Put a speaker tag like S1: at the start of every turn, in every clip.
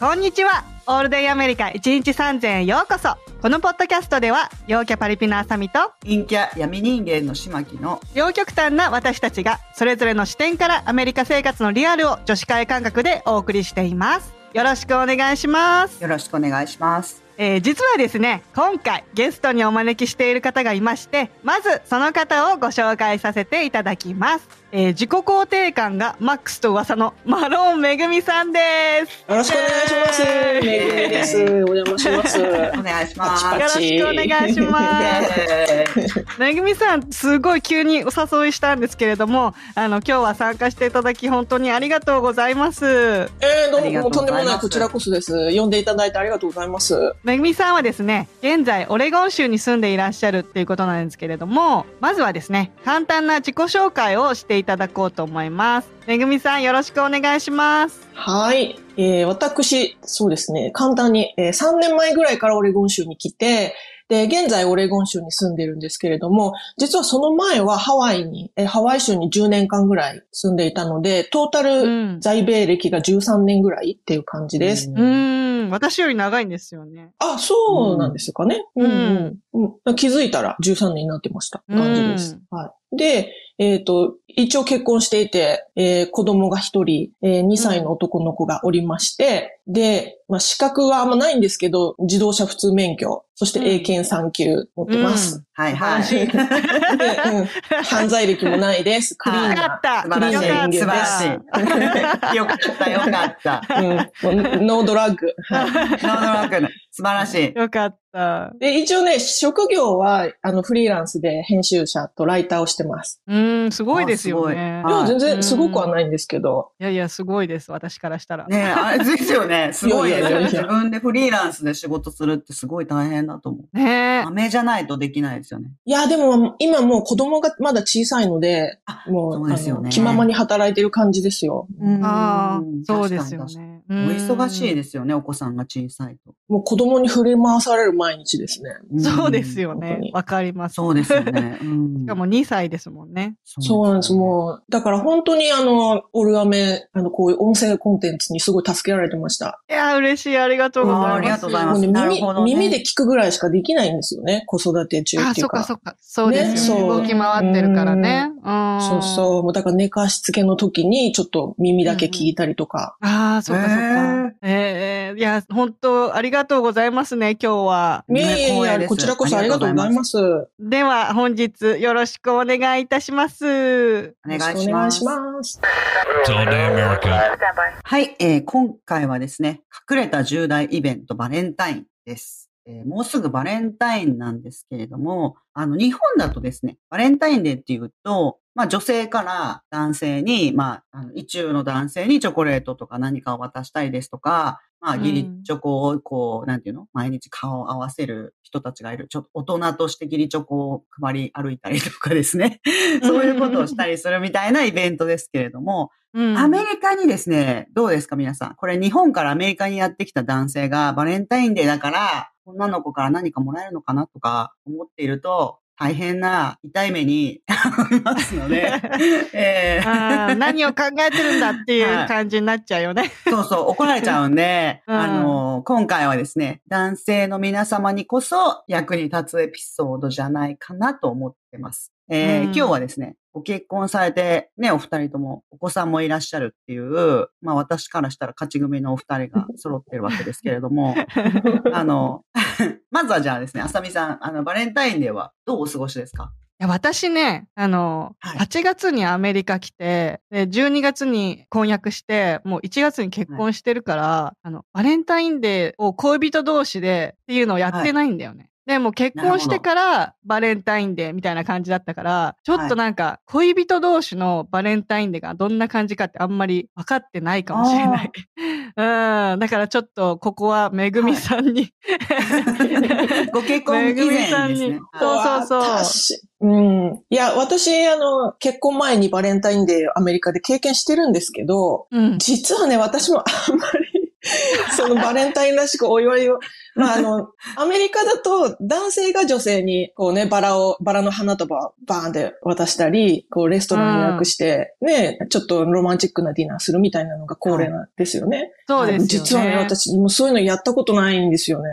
S1: こんにちはオールデイアメリカ1日3000円ようこそこのポッドキャストでは陽キャパリピのあさみと
S2: 陰キャ闇人間の島木の
S1: 両極端な私たちがそれぞれの視点からアメリカ生活のリアルを女子会感覚でお送りしていますよろしくお願いします、
S2: よろしくお願いします
S1: えー実はですね今回ゲストにお招きしている方がいましてまずその方をご紹介させていただきます、えー自己肯定感がマックスと噂のマローンめぐみさんです
S3: よろしくお願いします。
S1: イエーイ
S3: めぐみです。お邪魔します。
S2: お願いしま
S3: パ
S2: す
S3: チ
S1: よ
S3: パ
S1: ろしくお願いし ます
S2: えー
S1: めぐみさんすごい急にお誘いしたんですけれどもあの今日は参加していただき本当にありがとうございます
S3: えー、ど
S2: ありが
S3: う
S2: と
S3: も
S2: う
S3: と
S2: ご
S3: ん
S2: ざ
S3: でも
S2: います
S3: ないこちらこそです。呼んでいただいてありがとうございます。
S1: めぐみさんはですね現在オレゴン州に住んでいらっしゃるっていうことなんですけれどもまずはですね簡単な自己紹介をしていただこうと思いますめぐみさんよろしくお願いします
S3: はい。えー、私、そうですね、簡単に、えー、3年前ぐらいからオレゴン州に来て、で、現在オレゴン州に住んでるんですけれども、実はその前はハワイに、えーハワイ州に10年間ぐらい住んでいたので、トータ
S1: う
S3: ル
S1: ん
S3: 在米歴が13年ぐらいっていう感じです。
S1: うーん私より長いんですよね
S3: あ、そうなんですかね。
S1: うん
S3: うんうん気づいたら13年になってました。感じです。はい。で、えっ、と、一応結婚していて、えー子供が一人、え2歳の男の子がおりまして、で、まあ、資格はあんまないんですけど、自動車普通免許、そして英検3級持っ てます。
S2: はいはい
S1: 素晴
S2: 素
S3: でうん犯罪歴もないです。 クリーン
S1: よ
S3: な。
S1: かった
S2: 晴らしい
S1: よかった
S2: 素晴ら しいよかったよかった
S3: うん、もうノードラッグ。
S2: ノ
S3: はい
S2: ードロック素晴らしい
S1: よかった
S3: で、一応ね、職業は、あの、フリーランスで編集者とライターをしてます。
S1: うーんすごいですよね
S2: あす
S3: い
S2: ごい
S3: や、全
S1: う
S3: 然
S1: ん
S3: すごくはないんですけど。
S1: いやいやすごいです私からしたら、
S2: ねえあれですよねすごいですよね
S3: いやいやいや
S2: 自分でフリーランスで仕事するってすごい大変だと思う
S1: ねえ
S2: アメじゃないとできないですよね
S3: いや、でも、今もう子供がまだ小さいので、も、
S2: そううですよね
S3: あの気ままに働いてる感じですよ。
S2: うん
S1: ああ
S2: うん、
S1: そうですよ
S2: 確か
S1: ね。
S2: お
S1: お
S2: 忙しいですよねお子さんが小さいと
S3: もう子供に振り回される毎日ですね。
S2: ん
S1: そうですよ
S3: 本
S1: ね
S3: 当。に
S1: わかります。
S2: そうですよねうん
S1: しかも2歳ですもんね。
S3: そうなんです、もう。だから本当にあの、オルアメ、あの、こういう音声コンテンツにすごい助けられてました。
S1: いやー、嬉しい。ありがとうございます。
S2: あーありがとうございま
S3: もう
S2: す
S3: ね
S2: なる
S3: 耳
S2: ほどね
S3: 耳で聞くぐらいしかできないんですよね。子育て中
S1: あ
S3: っ
S1: ー、
S3: てい
S1: そうっか
S3: か。
S1: そっか。そうですよね。
S3: ねそう
S1: 動き回ってるからね。うん。
S3: そうそう。もうだから寝かしつけの時にちょっと耳だけ聞いたりとか。
S1: ああ、そっかそっか。ええいや、本当ありがとうございますね、今日は。
S3: いやいやい
S2: 光栄
S3: や
S2: です
S3: こちらこそありがとうございます。よ
S1: では、本日よろしくお願いいたします。
S2: お
S3: ろ
S2: 願い
S3: しくお
S2: し
S3: 願
S2: ま
S3: い
S2: す
S3: します。
S4: It's all day America.
S2: はい、えー今回はですね、隠れた重大イベントバレンタインです、えーもうすぐバレンタインなんですけれども、あの、日本だとですね、バレンタインデーっていうと、まあ女性から男性に、まあ、あの一中の男性にチョコレートとか何かを渡したいですとか、まあ
S1: うん
S2: 義理チョコをこう、なんていうの毎日顔を合わせる人たちがいる。ちょっと大人として義理チョコを配り歩いたりとかですね。そういうことをしたりするみたいなイベントですけれども、
S1: うん
S2: アメリカにですね、どうですか皆さん。これ日本からアメリカにやってきた男性がバレンタインデーだから、女の子から何かもらえるのかなとか思っていると、大変な痛い目に 遭います ので、えー
S1: あー何を考えてるんだっていう感じになっちゃうよね。
S2: そうそう、怒られちゃうんで、
S1: うん
S2: あの、今回はですね、男性の皆様にこそ役に立つエピソードじゃないかなと思ってます。
S1: う
S2: えー
S1: ん
S2: 今日はですね、ご結婚されて、ね、お二人とも、お子さんもいらっしゃるっていう、まあ私からしたら勝ち組のお二 人が揃ってるわけですけれども、あの、 まずはじゃあですね、あさみさん、あの、バレンタインデーはどうお過ごしです か
S1: いや私ね、あの、
S2: はい
S1: 8月にアメリカ来て、で、12月に婚約して、もう1月に結婚してるから、あの、バレンタインデーを恋人同士でっていうのをやってないんだよね。で、もう結婚してからバレンタインデーみたいな感じだったから、ちょっとなんか恋人同士のバレンタインデーがどんな感じかってあんまり分かってないかもしれない。 うん。だからちょっとここはめぐみさんに、
S2: ご結婚以
S1: めぐみさ
S2: 前
S1: ん
S2: に
S1: に
S2: ですね。
S1: そう
S2: はい
S1: そうそう
S3: あ確かうん。いや、私、あの、結婚前にバレンタインデーアメリカで経験してるんですけど、
S1: うん。
S3: 実はね、私もあんまり、そのバレンタインらしくお祝いをまあ、あの、アメリカだと男性が女性に、こうね、バラを、バラの花束をバーンって渡したり、こうレストラン予約して、ね、ちょっとロマンチックなディナーするみたいなのが恒例なんですよね。
S1: そうですよね。
S3: 実はね、私、もうそういうのやったことないんですよね。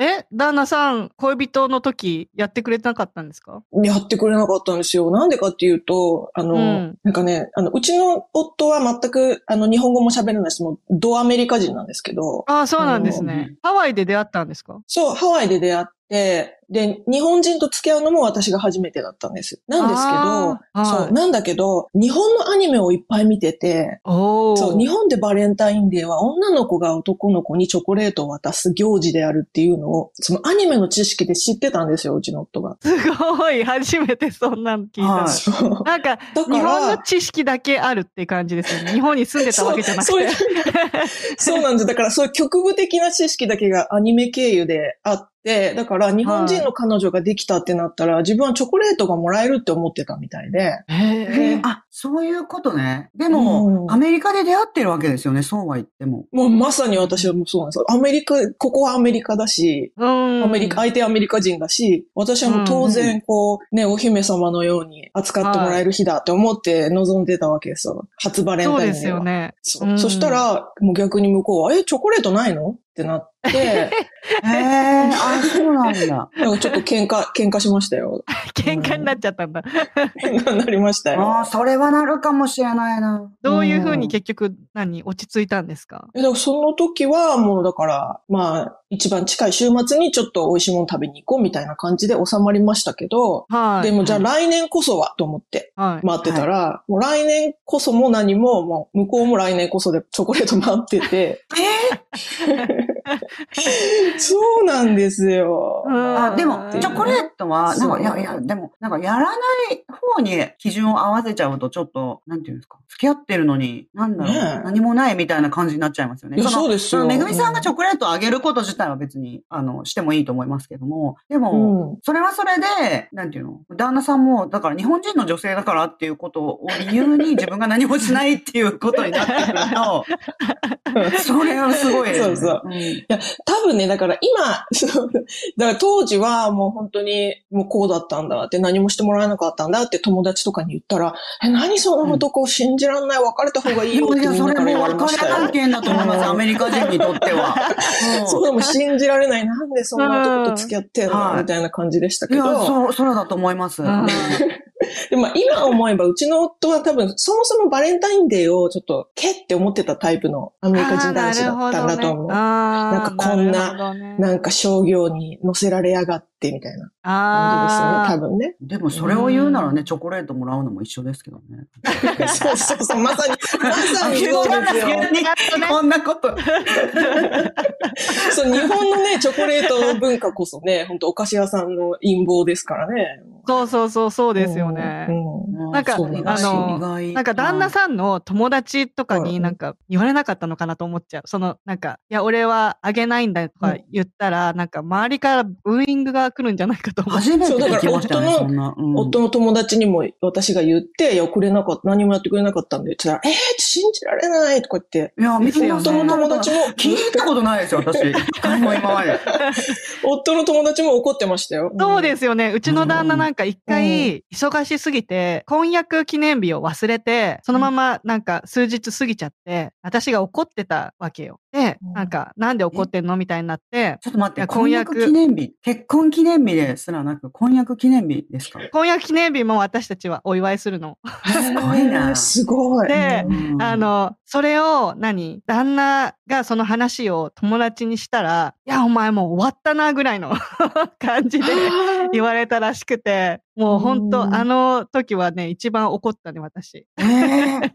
S1: え、旦那さん、恋人の時やってくれてなかったんですか
S3: やってくれなかったんですよ。なんでかっていうと、あの、
S1: うん
S3: なんかね、あの、うちの夫は全く、あの、日本語も喋れないし、もう、ドアメリカ人なんですけど、
S1: ああ、そうなんです
S2: あのう
S1: ね。ハワイで出会ったんですか
S3: そう、ハワイで出会って、で、日本人と付き合うのも私が初めてだったんです。なんですけ
S1: あ
S3: ど、
S1: ーはい
S3: そう、なんだけど、日本のアニメをいっぱい見てて、
S1: おお。
S3: そう、日本でバレンタインデーは女の子が男の子にチョコレートを渡す行事であるっていうのを、そのアニメの知識で知ってたんですよ、うちの夫が。
S1: すごい。初めてそんなの聞いた
S2: はい
S1: の。
S3: そう。
S1: なんか、
S3: だ
S1: 日本の
S3: か
S1: 知識だけあるって感じですよね。日本に住んでたわけじゃなく
S3: そう
S1: て。
S3: そうそうなんです。だからそういう局部的な知識だけがアニメ経由であって、だから日本人の彼女ができたってなったら、自分はチョコレートがもらえるって思ってたみたいで。
S1: へー
S2: あ、そういうことね。でも、
S3: うん
S2: アメリカで出会ってるわけですよね、そうは言って も。
S3: もうまさに私はもうそうなんですよ。アメリカ、ここはアメリカだし、
S1: うん。
S3: アメリカ、相手アメリカ人だし、私はもう当然こう、ね、お姫様のように扱ってもらえる日だって思って望んでたわけですよ。初バレン
S1: そう
S3: タイ
S1: で
S3: ン
S1: す
S3: デー
S1: よ
S3: は。
S1: ね。
S3: そう
S1: うん
S3: そしたら、もう逆に向こうは、え、チョコレートないのってなって、
S2: へえ、あ、そう なんだ。
S3: なんかちょっと喧嘩、喧嘩しましたよ。
S1: 喧嘩になっちゃったんだ。
S3: なりましたよ。
S2: ああ、それはなるかもしれないな。
S1: どういうふうに結局、何、落ち着いたんですか
S3: えだからその時はもうだから、まあ、一番近い週末にちょっと美味しいもの食べに行こうみたいな感じで収まりましたけど、
S1: はい。
S3: でもじゃあ
S2: は
S3: 来年こそはと思って
S1: はい。
S3: 待ってたら、もう来年こそも何も、もう向こうも来年こそでチョコレート待ってて、
S2: えー
S3: そうなんですよ。
S1: うん
S2: あでも、
S1: うん
S2: チョコレートは、なん
S3: そう
S2: か、いや、いや、でも、なんか、やらない方に基準を合わせちゃうと、ちょっと、なんていうんですか、付き合ってるのに、なんだろう、
S3: ねえ
S2: 何もないみたいな感じになっちゃいますよね。
S3: いや
S2: の
S3: そうですよ
S2: のめぐみさんがチョコレートをあげること自体は別に、あの、してもいいと思いますけども、でも、
S3: うん
S2: それはそれで、なんていうの旦那さんも、だから日本人の女性だからっていうことを理由 に自分が何もしないっていうことになってくると、 それはすごいですね。
S3: そう
S2: うん。
S3: 多分ね、だから今、 そうだから当時はもう本当にもうこうだったんだって何もしてもらえなかったんだって友達とかに言ったら、え、何その男信じらんない、別れた方がいいよって
S2: いや、
S3: みん
S2: そ
S3: な
S2: れ
S3: から言われ
S2: も
S3: まし
S2: 別れ
S3: た
S2: 関
S3: よ。
S2: 係だと 思います、
S3: うん
S2: アメリカ人にとっては。
S3: そうでも信じられない、なんでそんな男と付き合ってん
S2: うん
S3: の
S2: はい
S3: みたいな感じでした
S2: うん
S3: け
S2: いや、
S3: ど、
S2: そ、それだと思います。
S1: うん
S3: でも今思えばうちの夫は多分そもそもバレンタインデーをちょっとけって思ってたタイプのアメリカ人男子だったんだと思う。
S1: な
S3: なんかこんな
S1: なるほどね
S3: なんか商業に乗せられやがってみたいな感じですよね、
S1: あ
S3: 多分ね。
S2: でも、それを言うならね、チョコレートもらうのも一緒ですけどね。
S3: そうそうそう、まさに、まさにそうですよ。
S1: 急にやっとね
S2: こんなこと。
S3: そう、日本のね、チョコレート文化こそね、本当お菓子屋さんの陰謀ですからね。
S1: ーそうそうそう、そうですよ
S3: う
S1: ね。
S3: ん。うん
S1: なんか
S2: そう意外
S1: あの
S2: 意外
S1: なんか旦那さんの友達とか
S3: う
S1: に
S3: ん
S1: なんか言われなかったのかなと思っちゃう。そのなんか、いや、俺はあげないんだとか言ったら、なんか周りからブーイングが来るんじゃないかと思う。
S2: 初めて聞きましたよね、
S3: そうだから
S2: そんな。うん
S3: 夫の友達にも私が言って、いや、くれなかった、何もやってくれなかったんで、言ったら、えー、信じられないとか言って、
S2: いや、み
S1: です
S2: ん
S1: よ
S2: な
S1: ね
S2: そ
S3: 夫
S2: ん
S3: の
S2: なこ
S3: 友
S2: と
S3: 達も、
S2: 聞いたことないですよ、私。一回も今まで。
S3: 夫の友達も怒ってましたよ。。
S1: そうですすよね。うちの旦那なんか一回忙しすぎて、婚約記念日を忘れて、そのままなんか数日過ぎちゃって、私が怒ってたわけよ。で、
S3: うん
S1: なんかなんで怒ってんのみたいになって、
S2: ちょっと待っ
S1: い
S2: て、
S1: や
S2: 婚
S1: 婚約
S2: 約記念日。結婚記念日ですらなく、婚約記念日ですか
S1: 婚約記念日も私たちはお祝いするの。
S2: すごいな
S3: すごい。
S1: で
S3: うん
S2: うん
S1: あの、それを、何旦那がその話を友達にしたら、いや、お前もう終わったな、ぐらいの 感じで言われたらしくて、もう本
S3: う
S1: 当
S3: ん
S1: あの時はね、一番怒ったね、私。
S2: えー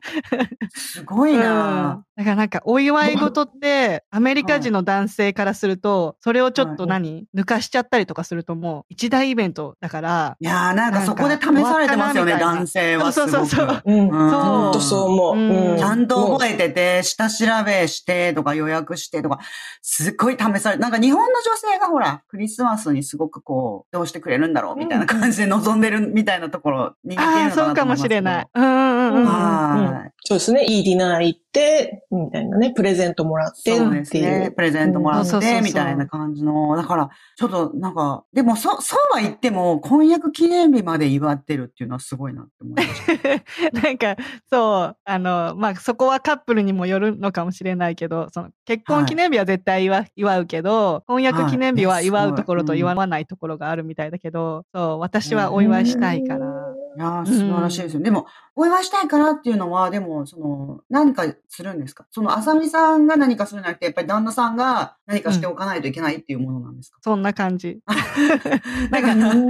S2: すごい
S1: うん。だ
S2: な
S1: からなんか、お祝い事って、アメリカ人の男性からすると、それをちょっと何抜かしちゃったりとかするともう、一大イベントだから、
S2: いやーなんかそこで試されてますよね、
S1: なんか
S2: 男性はすごく。
S1: そうそうそうそう
S3: うん。
S2: うん
S3: 本
S1: そう
S3: 当そう思う。
S1: うん
S3: う
S2: ちゃんと覚
S3: え
S2: えてて、下調べしてとか予約してとか、すっごい試されて、なんか日本の女性がほら、クリスマスにすごくこう、どうしてくれるんだろうみたいな感じで望んでるみたいなところに似てるのかな
S1: ああー、そうかもしれない。。うんうんうんうん。
S2: はい。
S3: そうですね。いいディナー行って、みたいなね、プレゼントもらって
S2: そうで
S3: っ
S2: す
S3: ていう。
S2: ね。プレゼントもら
S1: うんそう
S2: っ
S1: そうそ
S2: て、
S1: う
S2: みたいな感じの。だから、ちょっとなんか、でもそ、そうは言っても、婚約記念日まで祝ってるっていうのはすごいなって思いま した。
S1: なんか、そう、あの、まあ、そこはカップルにもよるのかもしれないけど、その結婚記念日は絶対祝,、祝うけど、婚約記念日は
S2: はいね
S1: 祝う
S2: すごい
S1: ところと
S2: うん
S1: 祝わないところがあるみたいだけど、そう、私はお祝いしたいから。
S2: いやー素晴らしいですよ。でも、お祝いしたいからっていうのは、でも、その、何かするんですかその、あさみさんが何かするんじゃなくて、やっぱり旦那さんが何かしておかないといけないっていうものな んですか、
S1: そんな感じ。
S2: なんか、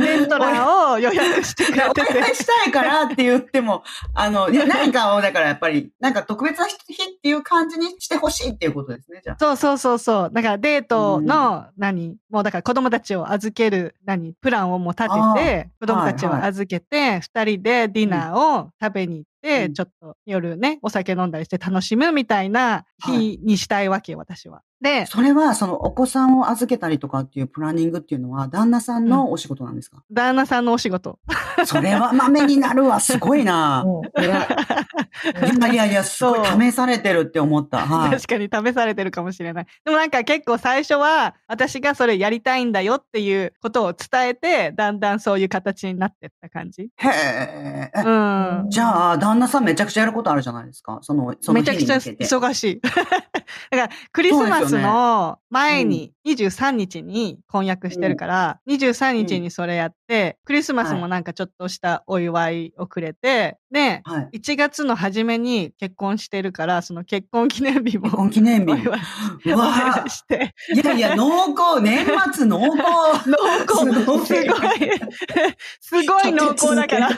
S1: レスト
S2: ン
S1: ランを予約してく
S2: いや
S1: れ
S2: お
S1: て
S2: 願い
S1: て。
S2: したいからって言っても、あの、いや何かを、だからやっぱり、なんか特別な日っていう感じにしてほしいっていうことですね、じゃあ。
S1: そうそうそうそう。だからデートの何、もうだから子供たちを預ける何プランをもう立
S2: あ
S1: てて、子供たち
S2: はい
S1: を
S2: はい
S1: 預けて、二、人でディナーを食べに行って、
S2: うん
S1: ちょっと夜ね、お酒飲んだりして楽しむみたいな日にしたいわけよ、私は。で、
S2: それは、その、お子さんを預けたりとかっていうプランニングっていうのは、旦那さんのお仕事なんですか、
S1: 旦那さんのお仕事。
S2: それは、豆になるわ、すごいな。
S3: うん、偉い。
S2: いやいやいや、すごい
S1: そう
S2: 試されてるって思った。はい。
S1: 確かに試されてるかもしれない。でもなんか結構最初は私がそれやりたいんだよっていうことを伝えて、だんだんそういう形になってった感じ。
S2: へえ。
S1: うん。
S2: じ ゃあ、旦那さんめちゃくちゃやることあるじゃないですか。その、そ
S1: め
S2: の日
S1: ちゃ
S2: に
S1: くちゃ
S2: 向けて。
S1: 忙しい。 だから、クリスマスの前に、23日に婚約してるから、23日にそれやって、クリスマスもなんかちょっとしたお祝いをくれて、で、
S2: はい。
S1: 1月の初めに結婚してるから、その結婚記念日も
S2: 結婚記念
S1: お
S2: 日。
S1: 祝いう
S2: わ
S1: お祝
S2: あ
S1: いして、
S2: いやいや、濃厚、年末濃厚。
S1: 濃厚、す
S2: す
S1: ご
S2: ご
S1: い、すごい濃厚だから、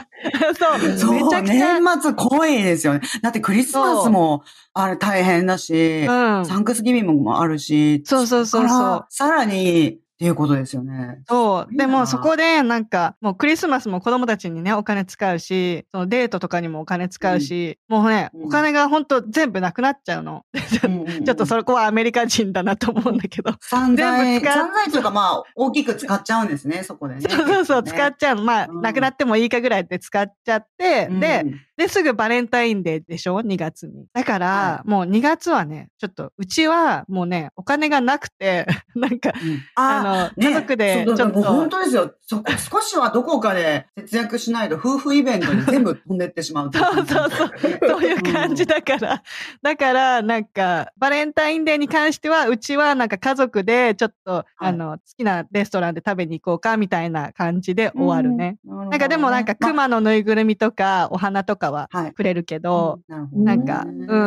S1: そう、
S2: そ う
S1: めちゃくちゃ、
S2: 年末濃いですよね。だってクリスマスも、あれ大変だし、
S1: うん、
S2: サンクスギビングもあるし、
S1: そうそうそうそう。
S2: さらに、っていうことですよね。
S1: そう。で
S2: いいな
S1: も
S2: あ
S1: そこでなんか、もうクリスマスも子供たちにね、お金使うし、そのデートとかにもお金使うし、もうね、
S2: うん
S1: お金がほんと全部なくなっちゃうの。ちょっと
S2: れ。
S1: そこはアメリカ人だなと思うんだけど。
S2: 散
S1: 全
S2: 財、
S1: 部使っ
S2: 散財というかまあ、大きく使っちゃうんですね、そこでね。
S1: そうそうそう、使っ
S2: ね
S1: ちゃうの。まあ、
S2: うん
S1: なくなってもいいかぐらいで使っちゃって、で
S2: う、ん
S1: で、すぐバレンタインデーでしょ ?2 月に。だから、
S2: は
S1: もう2月はね、ちょっと、うちはもうね、お金がなくて、 なんか、
S2: あー
S1: あの、
S2: ね
S1: 家族でち
S2: そ
S1: ょ
S2: う
S1: っと
S2: だからもう、本当ですよ。そこ、少しはどこかで節約しないと、夫婦イベントに全部飛んでってしまう。
S1: そうそうそう。 そういう感じだから。だから、なんか、バレンタインデーに関しては、うちはなんか家族で、ちょっと、あの、好きなレストランで食べに行こうか、みたいな感じで終わるね。
S2: う。な
S1: なんかでもなんか、
S2: ま
S1: 熊のぬいぐるみとか、お花とかは
S2: はい。
S1: くれるけど、
S2: なるほど
S3: うん
S2: ね
S1: なんか、う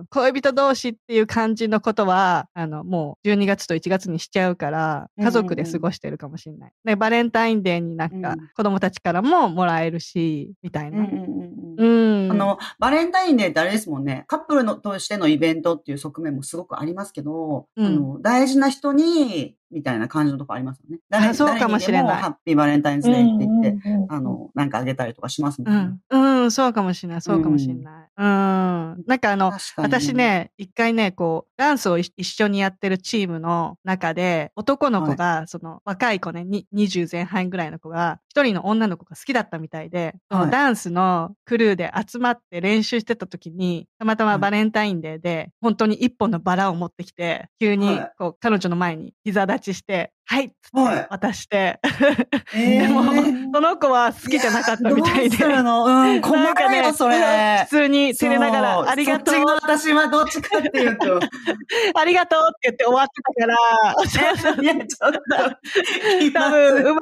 S1: ん、恋人同士っていう感じのことは、あの、もう12月と1月にしちゃうから、
S2: うんうん
S1: 家
S2: うん
S1: 族で過ごしてるかもしれない。ね、バレンタインデーになんか
S2: うん、
S1: 子供たちからももらえるし、みたい
S2: うんう
S1: な。
S2: んうんうん
S1: うん。
S2: あの、バレンタインデーってあれですもんね、カップルのとしてのイベントっていう側面もすごくありますけど、
S1: うん
S2: あの大事な人に、みたいな感じのとこありますよね。誰
S1: そうかもしれない
S2: 誰にでもハッピーバレンタインズデーって言って、
S3: うんうんうん
S2: あ、の、なんかあげたりとかしますも
S1: うん
S2: ね。
S1: ん、うん、そうかもしれない、そうかもしれない。うん、なんかあの、
S2: 確かに
S1: 私、ね、一回ね、こう、ダンスを一一緒にやってるチームの中で、男の子が、その、若い子ね、に20前半ぐらいの子が、一人の女の子が好きだったみたいで、そ
S2: は
S1: の
S2: い
S1: ダンスのクルーで集まって練習してた時に、たまたまバレンタインデーで、本当に一本のバラを持ってきて、急に
S2: はい、
S1: こう、彼女の前に膝立ちして、はいっつっ
S2: は
S1: て
S2: い
S1: 渡して、
S2: えー
S1: でも、その子は好きじゃなかったみたいで。
S2: どうするのうん、困
S1: なんか
S2: るよ、それ。
S1: 普通に照れなが
S2: そう
S1: ら、ありがとう
S2: そっち、が私はどっちかっていう と。
S1: ありがとうって言って終わってたから、
S2: いや、ちょっと、気
S1: 多
S2: ま
S1: 分
S2: ず
S1: うま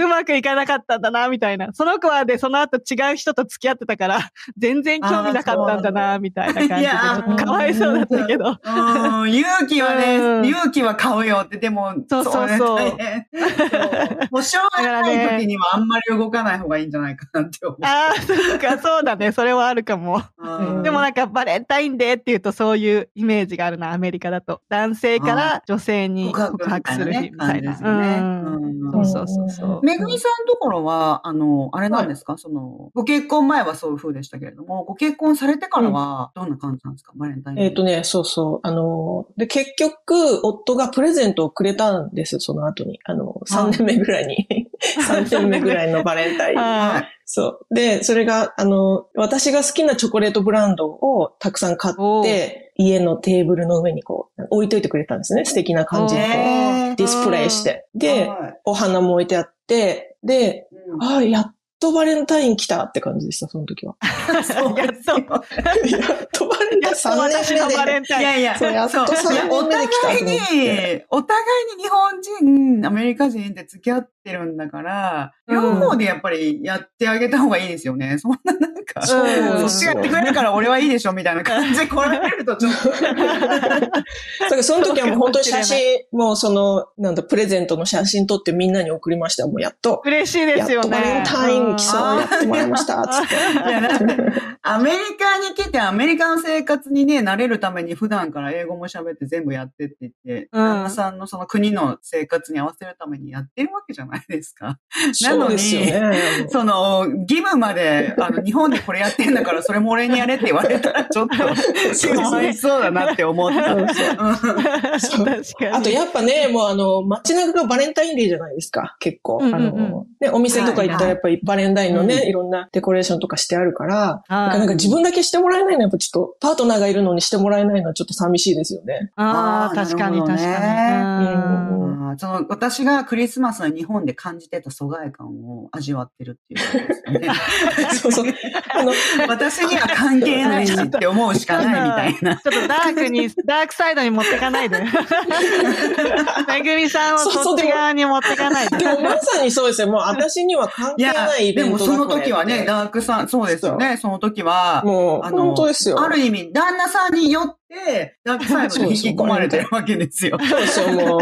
S1: く、うまくいかなかったんだな、みたいな。その子はで、その後違う人と付き合ってたから、全然興味なかったんだな、みたいな感じで、ちょっとかわいそうだったけど。
S2: うん、勇気は
S1: うん
S2: ね、勇気は買うよって、でも、
S1: そうそうそう
S2: ね大変そうもうしょうが
S1: だから
S2: ない
S1: ね
S2: 時にはあんまり動かない方がいいんじゃないかなって思
S1: ああ、そうか、そうだね。それはあるかも。
S2: う。うん
S1: でもなんか、バレンタインデーっていうと、そういうイメージがあるな、アメリカだと。男性から女性に告白する日みたいな。
S2: 告白みたいなね感じですよね
S1: うんそうそうそうそう。
S2: めぐみさんのところは、あの、あれなんですか、その、ご結婚前はそういう風でしたけれども、ご結婚されてからは、どんな感じなんですか、バレンタインデー。
S3: えっ、とね、そうそう。あの、で、結局、夫がプレゼントをくれたんです、その後に。あの、3年目ぐら いに。3年 目ぐらいのバレンタイン。
S1: は。
S2: はいい。
S3: そう。で、それが、あの、私が好きなチョコレートブランドをたくさん買
S1: お
S3: って、家のテーブルの上にこう、置いといてくれたんですね。素敵な感じでこう
S1: おー
S2: えー
S3: ディスプレイして。で、
S2: はい
S3: お花も置いてあって、で、
S2: うん
S3: ああ、やっとバレンタイン来たって感じでした、その 時は。
S2: そう
S1: やっと
S3: やっとバレンタイン、3
S1: 私のバレン
S3: 年
S2: い
S1: タイン。
S2: やいや、
S3: そうやっと
S2: いや
S3: 3
S2: お
S3: 年
S2: 互
S3: 目で来た
S2: い
S3: と思って。
S2: に、お互いに日本人、アメリカ人で付き合ってるんだから、
S1: うん
S2: 両方でやっぱりやってあげた方がいいですよね。そ んななんか、
S1: そう
S2: そ
S1: で
S2: っ
S1: す
S2: ち
S1: よ
S2: がやってくれるから俺はいいでしょみたいな感じで来られるとちょっと。
S3: だからその時はもう本当に写真、もうその、なんだ、プレゼントの写真撮ってみんなに送りました、もうやっと。
S1: 嬉しいで
S3: やっ
S1: すよ
S3: と
S1: ね。
S3: バレンタイン来そう、やってもらいま した、つって。
S2: いやだってアメリカに来て、アメリカの生活にね、慣れるために普段から英語も喋って全部やってって言って、
S1: うん
S2: 旦那さんのその国の生活に合わせるためにやってるわけじゃないですか。な
S3: そ
S2: の
S3: う
S2: に
S3: ですよね。
S2: その、義務まで、あの、日本でこれやってんだから、それも俺にやれって言われたら、ちょっと、
S3: そう
S2: かわいそうだなって思った。
S3: そうそ
S2: うん
S3: う
S1: 確かに。
S3: あとやっぱね、もうあの、街中がバレンタインデーじゃないですか、結構。
S1: うんうんうん
S3: あの、ね、お店とか行ったらやっぱりバレンタインのね、
S2: はい
S3: い、ろんなデコレーションとかしてあるから、
S1: はい
S3: なんかなんか自分だけしてもらえないのはやっぱちょっと、パートナーがいるのにしてもらえないのはちょっと寂しいですよ ね。
S1: ああ、
S2: あー
S1: 確かに
S2: なるほど
S1: 確
S2: ね
S1: かに。うん
S2: あーその、私がクリスマスの日本で感じてた疎外感を味わってるっていうことですよね。
S3: そうそう。あの、
S2: 私には関係ないしって思うしかないみたいな。
S1: ちょっとダークに、ダークサイドに持ってかない で。めぐみさんをそっち側に持ってかない
S3: で
S1: で。
S3: もまさにそうですよ。もう私には関
S2: い
S3: 係
S2: や
S3: ない、イ
S2: で
S3: ベン
S2: も
S3: トだ
S2: その時は
S3: こ
S2: ね、
S3: れ
S2: ダークさん、そうですよね、その時は。
S3: もう、
S2: あの
S3: 本当ですよ。
S2: ある意味、旦那さんによって、ダークサイドに引き込まれてるわけですよ。
S3: そうですよ、も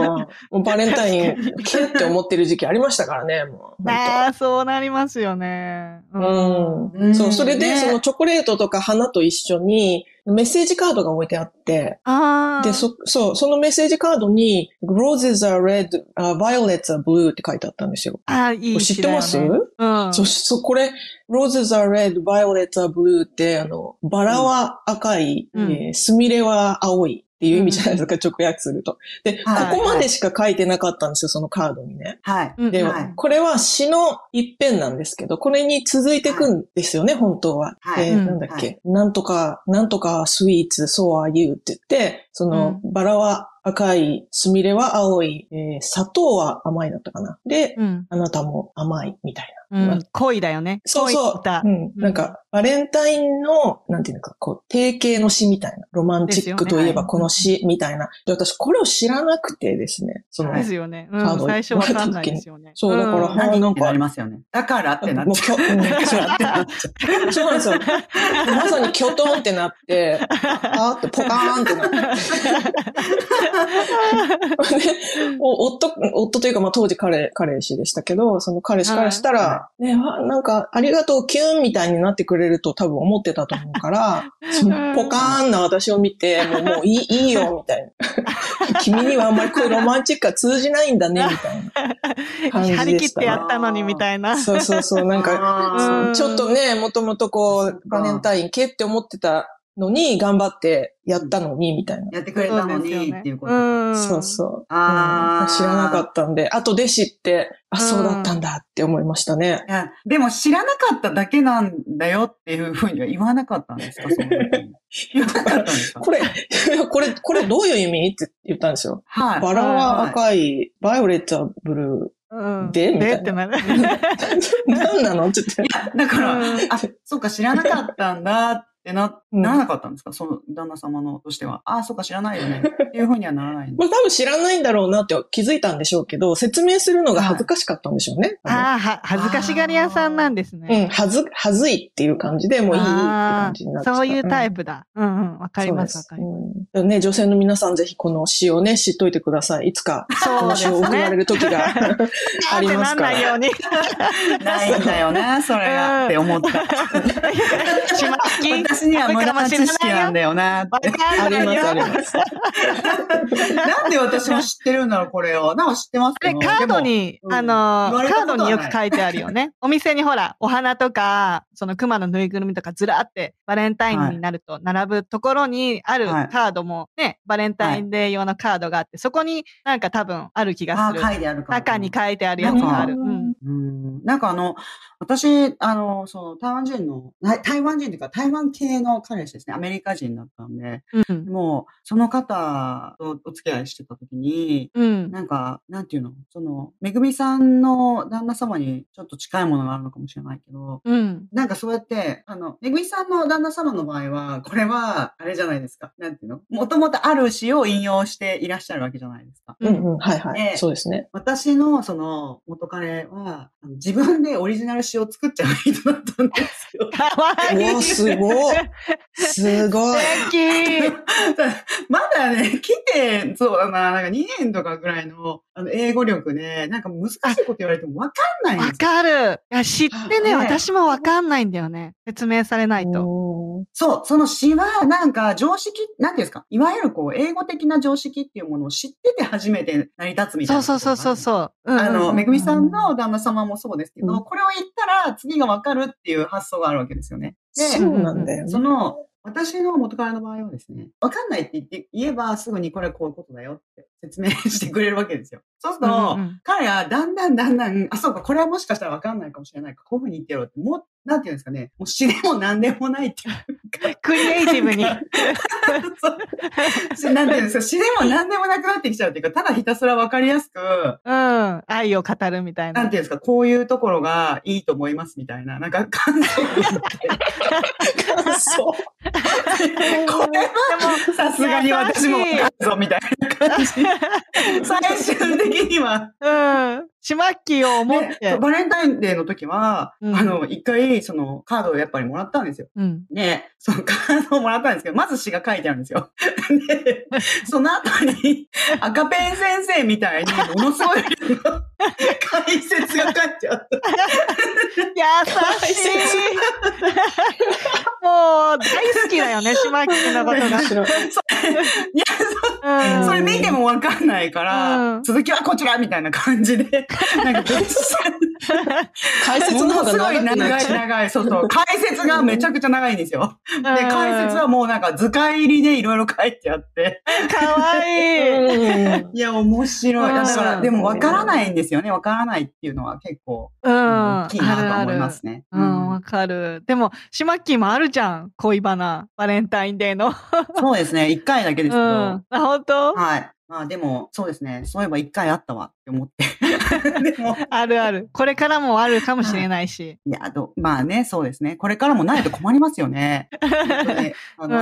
S3: う。もうバレンタイン、けって思ってる時期ありましたからね、もう。本当
S1: ああ、そうなりますよね。うん。
S3: うん。そうう、
S2: ん
S3: それで、
S2: ね
S3: そのチョコレートとか花と一緒に、メッセージカードが置いてあって、
S1: ああ。
S3: で、そ、そう、そのメッセージカードに、roses are red, uh, violets are blue って書いてあったんですよ。
S1: ああ、いい詩
S3: 知っ
S1: だ
S3: て
S1: よね
S3: ます、
S1: うん。
S3: そう、そう、これ、roses are red, violets are blue って、あの、バラは赤い、
S1: うん
S3: えースミレは青いっていう意味じゃないですか、直訳すると。で、こ
S2: はい
S3: こまでしか書いてなかったんですよ、そのカードにね。
S2: はい。
S1: うん
S3: で、
S2: はい
S3: これは詩の一編なんですけど、これに続いていくんですよね、本当は。
S2: はい
S3: で
S1: うん
S3: なんだっけ、
S2: は
S3: なんとか、なんとかスイーツ、そう are you って言って、その、バラは赤い、スミレは青い、えー砂糖は甘いだったかな。で、
S1: うん。
S3: あなたも甘い、みたいな。
S1: うん。恋だよね。
S3: そうそう。
S1: 恋だ
S3: うん。なんか、バレンタインの、なんていうのか、こう、定型の詩みたいな。ロマンチックといえばこの詩、みたいな。で、私、これを知らなくてですね。その、
S1: ですよね。う
S3: カー
S1: ん。
S3: ド
S1: 最初わかんないですよね。
S3: そうだか
S1: う
S3: ら
S1: ん
S3: はい
S2: 何
S3: な
S2: っ
S3: ん
S2: て
S3: か
S2: なりますよね。だからってなっ
S3: もう
S2: ち
S3: きょ、うんそうだ
S2: ゃう。
S3: そうなんですよ。まさにキョトンってなって、あーってポカーンってなって。でお夫、夫というか、まあ当時彼、彼氏でしたけど、その彼氏からしたら、ね、わなんか、ありがとう、キュンみたいになってくれると多分思ってたと思うから、そのポカーンな私を見て、もうもういいいいよ、みたい な。君にはあんまりこういうロマンチックは通じないんだね、みたい な。感じでした
S1: 張り切ってやったのにみたいな。
S3: そうそうそう、なんか、
S2: あ
S1: うん
S3: ちょっとね、もともとこ
S2: そっ
S3: う
S2: か、
S3: バレンタイン系って思ってたのに、頑張ってやったのに、みたいな
S2: ー。やってくれたのにっていうこと。
S1: ん
S3: そうそう。
S2: あー
S3: うん知らなかったんで、後で知って、あ、
S1: うん
S3: そうだったんだって思いましたね。
S2: いや、でも知らなかっただけなんだよっていうふうには言わなかったんです かその時に言わなかったんですか
S3: これ、 いやこれ、これどういう意味って言ったんですよ。
S2: はい。
S3: バラは赤い、バイオレットはブル
S1: うん。
S3: でみたい
S1: で
S3: な
S1: ってなる。
S3: ー。何なのって言って。
S2: だから、
S1: うん
S2: あ、そうか、知らなかったんだってな、
S3: うん
S2: ならなかったんですかその旦那様のとしては。あ、そうか、知らないよね。っていうふうにはなら ないん
S3: ま
S2: だ。
S3: あ多分知らないんだろうなって気づいたんでしょうけど、説明するのが恥ずかしかったんでしょうね。あの
S1: ああ、は、恥ずかしがり屋さんなんですね。
S3: うん、はず、はずいっていう感じで、もういいいいって
S1: あ
S3: 感
S1: あ
S3: じになってきた
S1: そういうタ
S3: プ。
S1: イプだ。うんうん。わかります、わかります。
S3: す。ね、女性の皆さんぜひこの詩をね、知っといてください。いつか、こ
S1: そう
S3: の
S1: で
S3: 詩を
S1: す
S3: 送られ
S1: ね。
S3: る時があり
S1: って
S3: ま
S1: な
S3: す
S1: ん
S3: か
S1: ないよ
S3: ら。
S1: う に。
S2: ないんだよね、それが。って思った。
S1: しまっき
S2: 私には無駄な知識なんだよなって。
S3: あります、あります。
S2: なんで私も知ってるんだろう、これ を。なんか知ってます
S1: で、
S2: けど。
S1: カード
S2: でも、
S1: に、
S2: うん
S1: あの
S2: 言わ
S1: ー、
S2: れた
S1: カ
S2: こ
S1: ー
S2: と
S1: ド
S2: は
S1: によく書いてあるよね。お店にほら、お花とか、その熊のぬいぐるみとかずらって、バレンタインになると並ぶところにある
S2: はい
S1: カードもね、バレンタインデー用のカードがあって、そこになんか多分ある気が
S2: あ
S1: す
S2: ー、
S1: る。
S2: 書いてあるかも
S1: 中に書いてあるやつがある。うん。
S2: うんなんかあの、私、あの、そう、台湾人の、な台湾人というか台湾系の彼氏ですね、アメリカ人だったんで、
S1: うん。
S2: もう、その方とお付き合いしてた時に、
S1: うん。
S2: なんか、なんていうのその、めぐみさんの旦那様にちょっと近いものがあるのかもしれないけど、
S1: うん。。
S2: なんかそうやって、あの、めぐみさんの旦那様の場合は、これは、あれじゃないですか。なんていうのもともとある詩を引用していらっしゃるわけじゃないですか。
S3: うんうん、はいは
S2: ね
S3: い。そうですね。
S2: 私のその元彼は、あの自分でオリジナル詩を作っちゃう人だったんですよ
S1: かわ
S3: う
S1: いい。
S3: わ、すごい。すごい。
S1: 素敵。
S2: まだね、来て、そうだな、なんか2年とかぐらいのあの英語力で、なんか難しいこと言われてもわかんないん
S1: わ
S2: ですよ。
S1: かる。いや、知ってね、
S2: ね
S1: 私もわかんないんだよね。説明されないと。
S3: うん
S2: そう、その詩はなんか常識、なんていうんですか、いわゆるこう、英語的な常識っていうものを知ってて初めて成り立つみたい
S1: そ
S2: な。
S1: うそうそうそうそう。うんうん
S2: あ
S1: うん
S2: の、めぐみさんの旦那様もそうですけど、
S3: うん
S2: これを言ったら次がわかるっていう発想があるわけですよね。で、
S3: そうなんだよ
S2: そ
S3: ね。
S2: の、私の元彼の場合はですね、わかんないって言って、言えばすぐにこれこういうことだよって説明してくれるわけですよ。そうすると、
S1: うんうん
S2: 彼はだんだんだんだん、あ、そうか、これはもしかしたらわかんないかもしれないから、こういうふうに言ってやろうって、もう、なんていうんですかね、もう死でも何でもな いっていうか。
S1: クリエイティブ に。
S2: そうなんていうんですか、死でも何でもなくなってきちゃうっていうか、ただひたすらわかりやすく、
S1: うん。愛を語るみたい
S2: なん
S1: な。
S2: ていうんですか、こういうところがいいと思いますみたいな、 なんか感想を言って。
S3: そう。
S2: これは
S1: でも
S2: さすがに私もわ
S1: 優しい
S2: かるぞみたいな感じ。最終的には。
S1: うん。シマッキーを思っ
S2: で
S1: て。
S2: バレンタインデーの時は、
S1: うん
S2: あの、一回、その、カードをやっぱりもらったんですよ。
S1: うん。
S2: で、そのカードをもらったんですけど、まず詩が書いてあるんですよ。で、その後に、赤ペン先生みたいに、ものすごい量の解説が書いてあった。
S1: 優しい。もう、大好きだ よね、シマッキーのこと
S3: 面白い。
S2: いや、
S1: が。うん。
S2: それ見てもわかんないから、
S1: うん
S2: 続きはこちらみたいな感 じで、なんか、
S3: 解説の
S2: も
S3: 方
S2: のすご
S3: が
S2: い
S3: 長くな
S2: 長
S3: っ
S2: い
S3: ちゃう。
S2: 長い、そうそう。解説がめちゃくちゃ長いんですよ。
S1: うん、
S2: で、解説はもうなんか図解入りでいろいろ書いてあって。
S1: かわいい。
S3: うん
S2: いや、面白い。
S1: うん
S2: だから、でもわからないんですよね。わからないっていうのは結構
S1: うん。
S2: 大
S1: あ
S2: きい
S1: る
S2: なと
S1: あ
S2: 思いま
S1: る。
S2: すね。
S1: う、
S2: うんん
S1: わかる。でも、シマッキーもあるじゃん。恋バナ。バレンタインデーの。
S2: そうですね。一回だけで
S1: うん。
S2: すけど。は
S1: あ、本当
S2: い。まあでも、そうですね。そういえば一回あったわって思って。 でも、
S1: あるある。これからもあるかもしれないし。
S2: いや、どまあね、そうですね。これからもないと困りますよね。本当にあ
S1: うん。
S2: の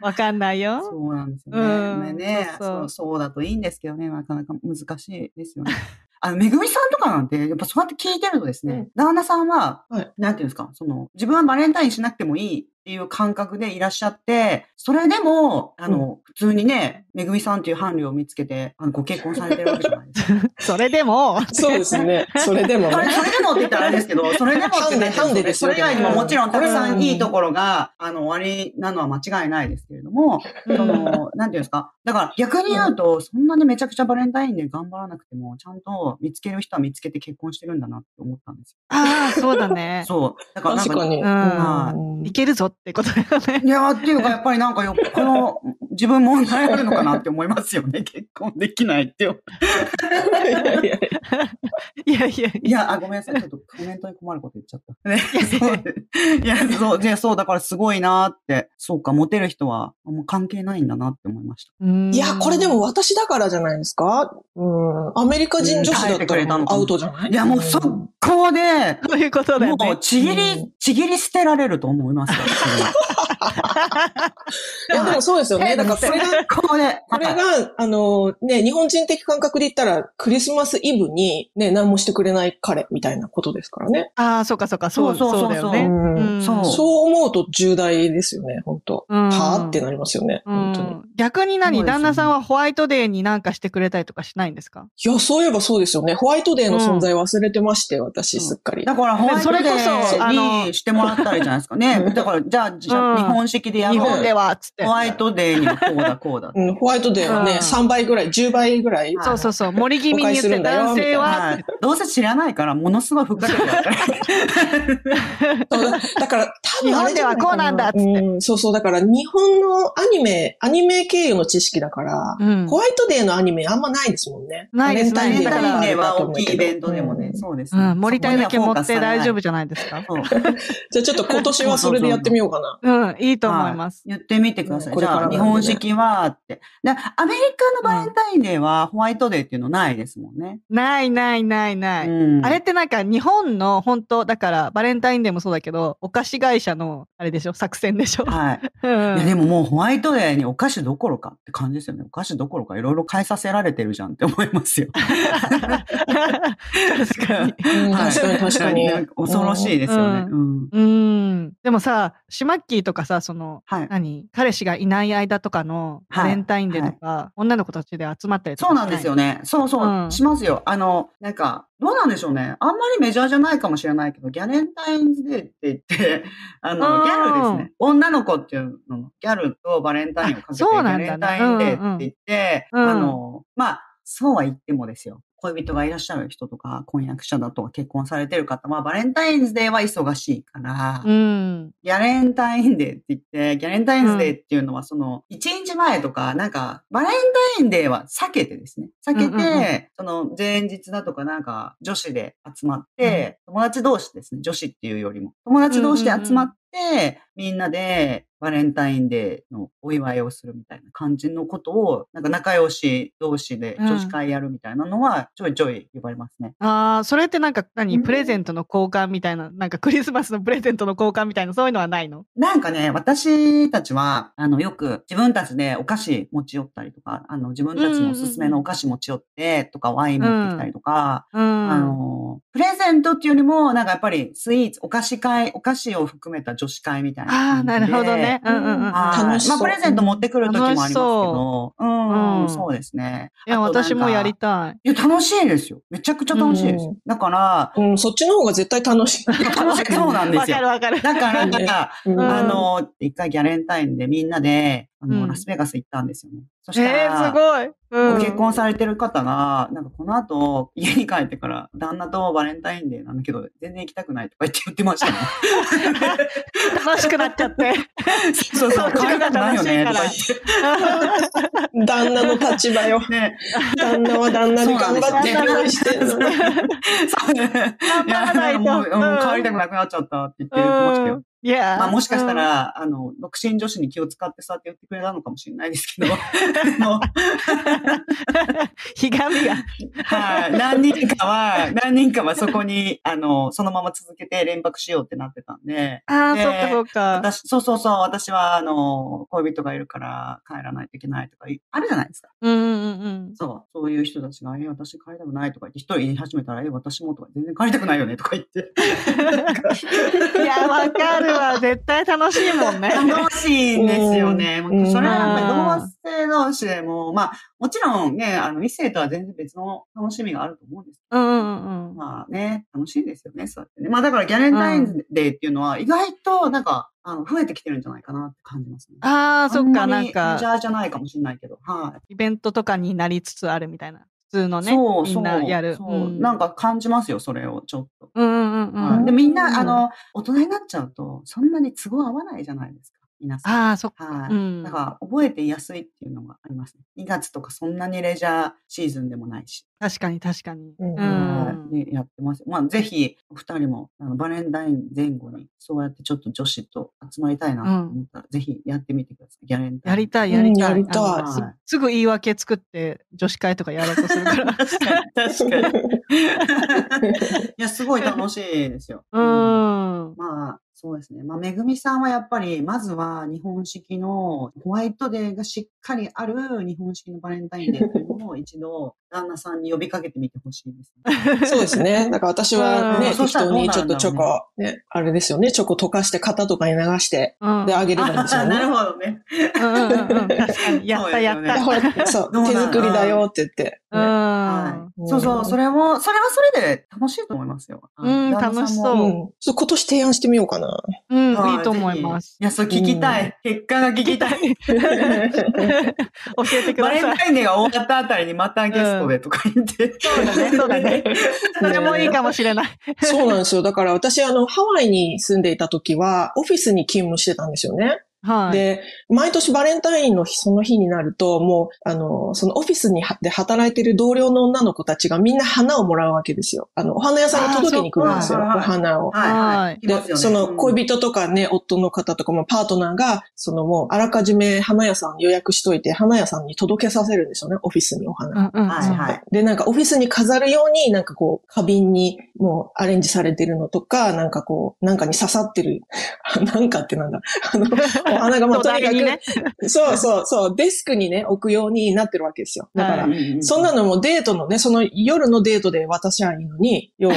S1: わかんないよ。
S2: そうなんですよ
S1: うん
S2: ね。ね
S1: そう
S2: そ
S1: そう
S2: うそうだといいんですけどね、なかなか難しいですよね。あの、めぐみさんとかなんて、やっぱそうやって聞いてるとですね、
S3: うん
S2: 旦那さんは、
S3: はい
S2: なんていうんですか、その、自分はバレンタインしなくてもいいっていう感覚でいらっしゃって、それでも、あの、普通にね、めぐみさんっていう伴侶を見つけて、あの、ご結婚されてるわけじゃないですか。
S1: それでも、
S3: そうですね。それでも
S2: それ
S3: ね。
S2: それでもって言ったらあれですけど、 それでもって言ったらあれ
S3: ハンデハンデです
S2: そ
S3: よ
S2: れ以外にももちろんたくさ
S3: うんん
S2: いいところが、あの、終わりなのは間違いないですけれども、
S1: うん
S2: その、なんていうんですか。だから逆に言うと、そんなにめちゃくちゃバレンタインで頑張らなくても、ちゃんと見つける人は見つけて結婚してるんだなって思ったんです
S1: ああ、そうだね
S2: よ。。 そう。だからなん
S3: 確
S2: か、
S3: かに。
S2: ん
S1: いけるぞってことだよね。
S2: いやーっていうか、やっぱりなんかよ、この、自分問題あるのかなって思いますよね。結婚できないって。
S1: いやいや、
S2: いや、あ、ごめんなさい。ちょっとコメントに困ること言っちゃ った。ね、 そう。いや、そう、じゃあそう、だからすごいなーって。そうか、モテる人は、もう関係ないんだなって思いました。
S3: いや、これでも、私だからじゃないですかうん。アメリカ人女子だったらアウトじゃない
S2: いや、もう
S3: そ
S2: 速攻で、
S1: ということだよ
S2: も
S1: ね
S2: う、。ちぎ
S3: う
S2: り、ちぎり捨てられると思いますよ。
S3: いや、でもそうで すよね。だからこれが、
S2: ここで、
S3: これが、あの、ね、日本人的感覚で言ったら、クリスマスイブに、ね、何もしてくれない彼みたいなことですからね。
S1: ああ、そうかそうか、そう
S2: そうそう
S1: そうだよね。
S3: う
S1: うんん
S2: そう
S3: そう思うと重大ですよね、本当
S1: うん
S3: はぁってなりますよね、
S1: う
S3: 本当に。
S1: ん逆に何、
S2: そうですよね
S1: 旦那さんはホワイトデーになんかしてくれたりとかしないんですか
S3: いや、そういえばそうですよね。ホワイトデーの存在忘れてまして、私、すっかり。
S2: だから、ホワイトデ
S1: それこそあ
S2: ー
S1: の
S2: にしてもらったらいいじゃないですかね。だから、じゃあ、じゃあ
S1: うん
S2: 日本式でや
S1: 日
S2: ろ
S1: 本
S2: う。
S1: では、つって
S2: ホ。ワイトデーにはこうだこうだ。
S3: うん、ホワイトデーは
S1: うん
S3: ね、3倍ぐらい、10倍ぐらい。
S1: そうそうそう。森気味に言っ
S3: 誤解する
S1: て、
S3: んだよ
S1: 男性は、
S2: はい。どうせ知らないから、ものすごいふっかけてやった。
S3: そうだ だから、多分あれじゃ
S1: 日本では
S3: いか
S1: こうなんだっつって
S3: うんそうそう。だから、日本のアニメ、アニメ経由の知識だから、
S1: うん
S3: ホワイトデーのアニメあんまないですもんね。
S1: ないです
S3: バ
S2: バレ
S3: レ
S2: ン
S3: ンタインデー
S2: タインデー
S3: があ
S2: は
S3: ると思
S2: 大
S3: う
S2: き
S3: けど
S2: いイベントでもね
S3: う、ん
S2: そうです
S1: う
S2: ね。
S1: ん、森体だけ持って大丈夫
S2: じ
S1: じゃないですか。
S2: ゃん。そう
S3: じゃあちょっと今年はそれでやってみようかな。
S1: うん、いいと思います。
S2: 言ってみてください。
S3: こ
S2: じ
S3: れか
S2: ゃ
S3: ら
S2: あ、
S3: なんで
S2: 日
S3: ね
S2: 本式はって。でアメリカのバレンタインデーはホワイトデーっていうのないですもんね。
S1: ないないないない。
S2: うん
S1: あれってなんか日本の本当だからバレンタインデーもそうだけどお菓子会社のあれでしょ作戦でしょ、
S2: はい。
S1: うん
S2: いやでももうホワイトデーにお菓子どころかって感じですよね。お菓子どころかいろいろ変えさせられてるじゃんって思いますよ。
S1: 確かに。
S3: うん
S2: はい
S3: 確かに確かに
S2: なん。恐ろしいですよね。うん。
S1: うん。でもさ、シマッキーとかさ、その、
S2: はい。
S1: 何彼氏がいない間とかの
S2: はい
S1: バレンタインデーとか、女の子たちで集まったりとか
S2: そうなんですよね。そうそう、
S1: うん
S2: しますよ。あの、なんか、どうなんでしょうね。あんまりメジャーじゃないかもしれないけど、ギャレンタインズデーって言って、 あ
S1: う
S2: の、
S1: ん
S2: ギャルですね。女の子っていうの、ギャルとバレンタインをかけて、ギ
S1: そうなんだ
S2: ャ
S1: ね
S2: レンタインデーって言って、
S1: うんうん
S2: あの、まあ、そうは言ってもですよ。恋人がいらっしゃる人とか、婚約者だとか結婚されてる方は、バレンタインズデーは忙しいから、
S1: うん。
S2: ギャレンタインデーって言って、ギャレンタインズデーっていうのは、その、1日前とか、なんか、バレンタインデーは避けてですね。避けて、
S1: うんうんうん
S2: その、前日だとか、なんか、女子で集まって、友達同士ですね。女子っていうよりも。友達同士で集まって、みんなで、バレンタインデーのお祝いをするみたいな感じのことを、なんか仲良し同士で
S1: うん
S2: 女子会やるみたいなのは、ちょいちょい呼ばれますね。
S1: ああ、それってなんか何
S2: うん
S1: プレゼントの交換みたいな、なんかクリスマスのプレゼントの交換みたいな、そういうのはないの
S2: なんかね、私たちは、あの、よく自分たちでお菓子持ち寄ったりとか、あの、自分たちのおすすめのお菓子持ち寄って、とか、ワイン持ってきたりとか、
S1: うん。
S2: あの、プレゼントっていうよりも、なんかやっぱりスイーツ、お菓子会、お菓子を含めた女子会みたいな
S1: ああ、
S2: 感じで。
S1: なるほどね。うんうんうん。
S2: はい。
S3: 楽しそ
S2: ま
S3: う
S2: あ、プレゼント持ってくる時もありますけど、うん、
S1: うん
S2: そうですね。
S1: いや、
S2: あとなんか
S1: 私もやりたい。
S2: いや、楽しいですよ。めちゃくちゃ楽しいですよ。
S3: うん
S2: だから、
S3: うん、そっちの方が絶対楽しい。
S2: いや楽しい。そうなんで
S1: わ
S2: すよ
S1: か。るわかる。
S2: だから、なんか、
S3: うん
S1: うん
S2: あの、一回ギャレンタインでみんなで、あの、
S1: うん
S2: ラスベガス行ったんですよね。そした
S1: えー、す
S2: ら、
S1: ごい。うん、
S2: ご結婚されてる方が、なんかこの後、家に帰ってから、旦那とバレンタインデーなんだけど、全然行きたくないとか言って言って ましたね。
S1: 楽しくなっちゃって。
S2: そうそう、帰りたくないよね、とか言って。
S3: 旦那の立場 よ。
S2: ね、
S3: 旦那は旦那で頑張って料理してるのに。
S2: そうね。いや、なんかもう、うん帰りたくなくなっちゃったって言って言ってましたよ。
S1: いやー、
S2: まあもしかしたら、あの、独身女子に気を使ってさって言ってくれたのかもしれないですけど、あ の
S1: ひがみが。
S2: はい。何人かは、何人かはそこに、あの、そのまま続けて連泊しようってなってたんで、
S1: ああ、
S2: ね
S1: そっかそっか。
S2: 私、そうそうそう、私は、あの、恋人がいるから帰らないといけないとかい、あるじゃないですか。
S1: うんうん うん
S2: そう。そういう人たちが、え、私帰りたくないとか言って、一人言い始めたら、え、私もとか、全然帰りたくないよねとか言って。
S1: うん。いや、わかるわ。絶対楽しいもんね。
S2: 楽しいんですよね。
S3: うん
S2: もうそれはやっ
S1: うん
S2: ぱり同性同士でも、まあ、もちろんね、あの、異性とは全然別の楽しみがあると思うんですけど
S1: うんうんうん。
S2: まあね、楽しいですよね、そうやってね。まあだからギャレンタインデーっていうのは意外となんか、あの、増えてきてるんじゃないかなって感じますね。
S1: ああ、そっか、なん
S2: メジ
S1: か、
S2: ャーじゃないかもしれないけど、はい。
S1: イベントとかになりつつあるみたいな。普通のね、
S2: そう、
S1: みんなやる。
S2: そう
S1: う
S2: そう、
S1: ん
S2: なんか感じますよ、それを、ちょっと。
S1: うんうんうん
S2: は
S1: う
S2: い
S1: ん。
S2: で、みんな、
S3: うん
S2: あの、大人になっちゃうと、そんなに都合合わないじゃないですか、皆さん。
S1: ああ、そっか。
S2: は
S1: う
S2: い。
S1: ん
S2: だから、覚えていやすいっていうのがありますね。2月とかそんなにレジャーシーズンでもないし。
S1: 確かに確かに。
S3: うん
S1: うん
S2: でやってます。まあ、ぜひ、お二人も、あの、バレンタイン前後に、そうやってちょっと女子と集まりたいなと思ったら、ぜひやってみてください。ギャレンタイン。
S1: やり
S2: い。
S1: たい、やりたい。
S3: うんやりたい
S1: あのす
S2: はい
S1: すぐ言い訳作って、女子会とかやろうとするから。
S2: 確かに、確かに。 いや、すごい楽しいですよ。
S1: う
S2: うん
S1: ん。うん
S2: まあ、そうですね。まあ、めぐみさんはやっぱり、まずは日本式のホワイトデーがしっかりある日本式のバレンタインデーっていうのを一度、旦那さんに呼びかけてみてほしいです ね。
S3: そうですね。だから私は
S1: う
S3: ね、
S1: ん
S2: そ
S3: 適
S2: したら
S3: 当
S2: どうなるん
S3: に
S2: だ
S3: ち
S2: ろ
S3: ょ
S2: う
S3: っ
S2: ね
S3: とチョコ、ね、あれですよね、チョコ溶かして型とかに流して、
S1: うん
S3: で、あげればいいんですよね
S2: な。るほどね。
S1: うんうんうん確かに。やったやっ
S2: そうで
S1: た。
S2: すよね
S3: ほら、そ
S2: どう
S3: う、
S2: な
S3: 手
S2: の
S3: 作りだよって言って。これ。。
S2: はい。そうそう、それも、それはそれで楽しいと思いますよ。
S1: うん
S2: 旦那さも
S1: 楽しそううん
S3: ちょっと今年提案してみようかな。
S1: うん、
S2: はい
S1: いいと思いま
S2: ぜ
S1: す。
S2: ひいや、そう聞きたい。結果が聞きたい。
S1: 教えてく
S2: バ
S1: だ
S2: レ
S1: さ
S2: ン
S1: い。
S2: タインデーが終わったあたりにまたゲストでとか言って。そうだ
S1: ねそうだね。それもいいかもしれない。
S3: そうなんですよ。だから私、あの、ハワイに住んでいた時は、オフィスに勤務してたんですよね。
S1: はい。
S3: で、毎年バレンタインの日、その日になると、もう、あの、そのオフィスにはで働いてる同僚の女の子たちがみんな花をもらうわけですよ。あの、お花屋さんが届けに来るんですよ、
S2: あーそうか
S3: お花を。
S2: はい、は
S1: はい
S2: い。
S3: で、その恋
S2: 人。
S3: 人とかね、夫の方とかもパートナーが、そのもうあらかじめ花屋さん予約しといて、花屋さんに届けさせるんですよね、オフィスにお
S1: う
S3: 花。
S1: んうん。
S2: はいはい。
S3: で、なんかオフィスに飾るように、なんかこう、花瓶にもうアレンジされてるのとか、なんかこう、なんかに刺さってる、 なんかってなんだ、あの、お花がもうとにか
S1: 隣にね
S3: く、そうそうそう、デスクにね、置くようになってるわけですよ。だから、
S1: は
S3: そんなのもデートのね、その夜のデートで渡しゃいいのに、要は、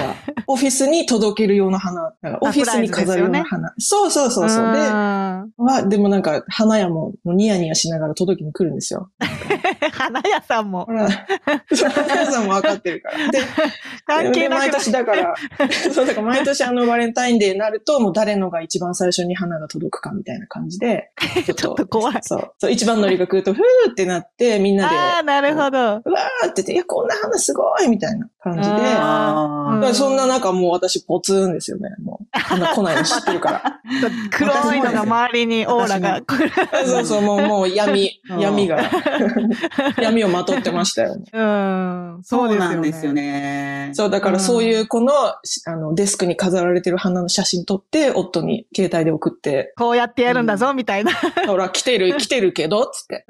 S3: オフィスに届けるような花、なんかオフィスに飾るような花。そうそうそうそう。 で、
S1: うん
S3: は、でもなんか、花屋もニヤニヤしながら届けに来るんですよ。
S1: 花屋さんも
S3: ほら、花屋さんもわかってるから。で、
S1: 関係
S3: で
S1: なく
S3: 毎
S1: な
S3: 年 だから、そうだから毎年あのバレンタインデーになると、もう誰のが一番最初に花が届くかみたいな感じで、ちょっ
S1: ちょっと怖い
S3: そう、そう一番乗りが来ると、ふーってなって、みん なで、
S1: ああ、なるほど。
S3: うわーって言って、いや、こんな花すごいみたいな感じで、
S1: あー
S2: あー
S3: だからそんな中もう私ポツンですよね。もう、こんな来ないの知って るから。
S1: 黒いのが周りにオーラが。
S3: そうそう、もう、もう闇、
S2: うん
S3: 闇が、闇をまとってましたよ。
S1: うん。
S2: そう
S1: そう
S2: なんですよ
S1: ね。
S2: ね。
S3: そう、だからそういうこの、しあの、デスクに飾られてる花の写真撮って、夫に携帯で送って、
S1: こうやってやるんだぞ、みたいな。
S3: ほら、来てる、来てるけど、つって。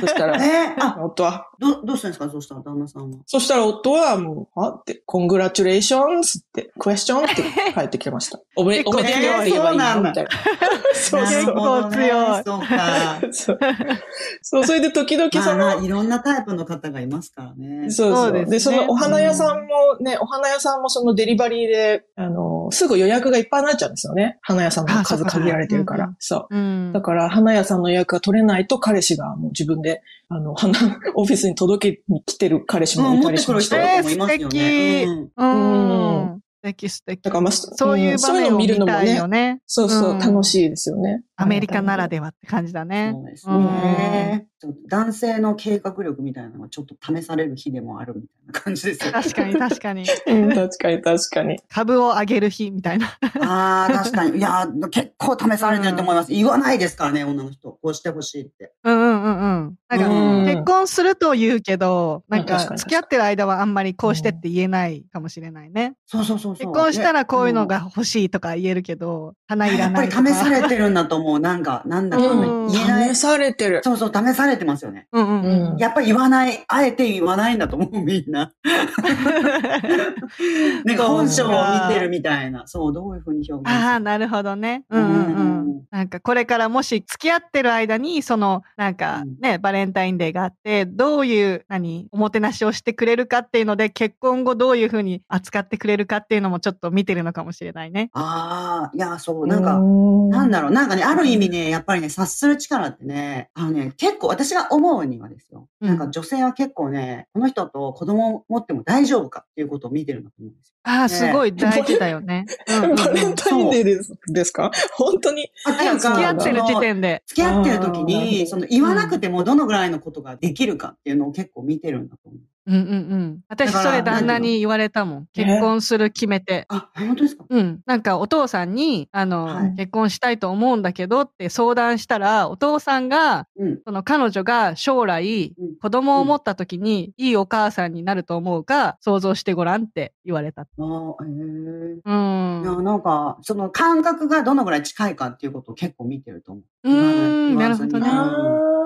S3: そしたら、
S2: えー、あ、
S3: 夫は、
S2: ど、どうしたんですかそうしたら旦那さんは。
S3: そしたら夫はもう、あって、コングラチュレーションスって、クエスチョンって帰ってきてました。おめ、おめでとうあればいいな、みたいな。そう
S1: 結
S3: そう。
S1: 構強い
S2: なるほどねそうか。
S3: そうそう、それで時々そ
S2: まあ
S3: の、
S2: まあいろんなタイプの方がいますからね。
S3: そう
S1: そ
S3: そうう。
S1: で
S3: です
S1: ね
S3: そのお花屋さんもね、お花屋さんもそのデリバリーで、あの、すぐ予約がいっぱいになっちゃうんですよね。花屋さんも
S1: あそっ
S3: 数
S1: か
S3: 限られてるか
S1: うん
S3: ら。そう。
S1: うん
S3: だ。から、花屋さんの予約が取れないと、彼氏がもう自分で、あの、花、 オフィスに届けに来てる彼氏もいたりしまし
S1: う
S3: た
S1: ん
S3: よ。
S1: 持ってくる人
S2: もいますよね。
S1: えー素敵
S2: うん
S1: うん。素敵素敵
S3: だ。からまあ、
S1: そういう場
S3: そうい
S1: 面
S3: うの
S1: を
S3: を見
S1: 見
S3: るのも
S1: たいよ
S3: ね、
S1: ね。
S3: そうそうう、
S1: ん
S3: 楽しいですよね。
S1: アメリカならではって感じだね。
S2: そうですね。ちょっと男性の計画力みたいなのがちょっと試される日でもあるみたいな感じですよ。
S1: 確かに確かに。
S3: うん確かに確かに。
S1: 株を上げる日みたいな。
S2: ああ、確かに。いやー、結構試されてると思います。言わないですからね、女の人。こうしてほしいって。
S1: うんうんうんうん。なんか、
S3: うん
S1: 結婚すると言うけど、なん
S3: うん確か
S1: か
S3: に
S1: 付き合ってる間はあんまりこうしてって言えないかもしれないね。
S2: そうそうそうそう。
S1: 結婚したらこういうのが
S2: ね。
S1: 欲しいとか言えるけど、
S2: う
S1: 花
S2: ん
S1: いら
S2: やっぱ
S1: ない
S2: り
S1: とか。
S2: 試されてるんだと思う。なんか、なんだかんだ
S1: うん
S2: 言えない
S3: 試。されてる。
S2: そうそう、試されてますよね。
S1: うんうんうん。
S2: やっぱり言わない。あえて言わないんだと思う、みん な。なんか本性を見てるみたいな。そう、どういうふうに表現する
S1: ああ、なるほどね。うんうんう
S2: うんん。
S1: なんかこれからもし付き合ってる間に、その、なんかね、バレンタインデーがあって、どういう、何、おもてなしをしてくれるかっていうので、結婚後どういうふうに扱ってくれるかっていうのもちょっと見てるのかもしれないね。
S2: ああ、いや、そう、なんか、な
S3: なん
S2: だろう、なんかね、ある意味ね、やっぱりね、察する力ってね、あのね、結構私が思うにはですよ。
S1: うん
S2: なんか女性は結構ね、この人と子供を持っても大丈夫かっていうことを見てるんだと思うんですよ。
S1: ああ、
S2: ね
S1: すごい大事だよ ね。うんうんうん
S3: バレンタインデーですですか 本当に。
S2: あ、
S1: なんか付き合ってる時点で。
S2: 付き合ってる時
S3: あーなるほ
S2: に、
S3: ど
S2: その言わなくてもどのぐらいのことができるかっていうのを結構見てるんだと思う。
S1: うんうんうん。私
S2: だか
S1: そ
S2: ら
S1: れ旦那に言われたもん。結婚する決めて。
S2: あ、本当ですか
S1: うん。なんかお父さんに、あの、
S2: はい
S1: 結婚したいと思うんだけどって相談したら、お父さんが、
S2: うん。
S1: その彼女が将来
S2: うん、
S1: 子供を持った時に、いいお母さんになると思うか、想像してごらんって言われた。
S2: ああ、へえ。
S1: うん。
S2: いうや、なんか、その感覚がどのぐらい近いかっていうことを結構見てると思う。
S1: ーん、なるほど
S2: う
S1: ね。
S2: ん
S3: あ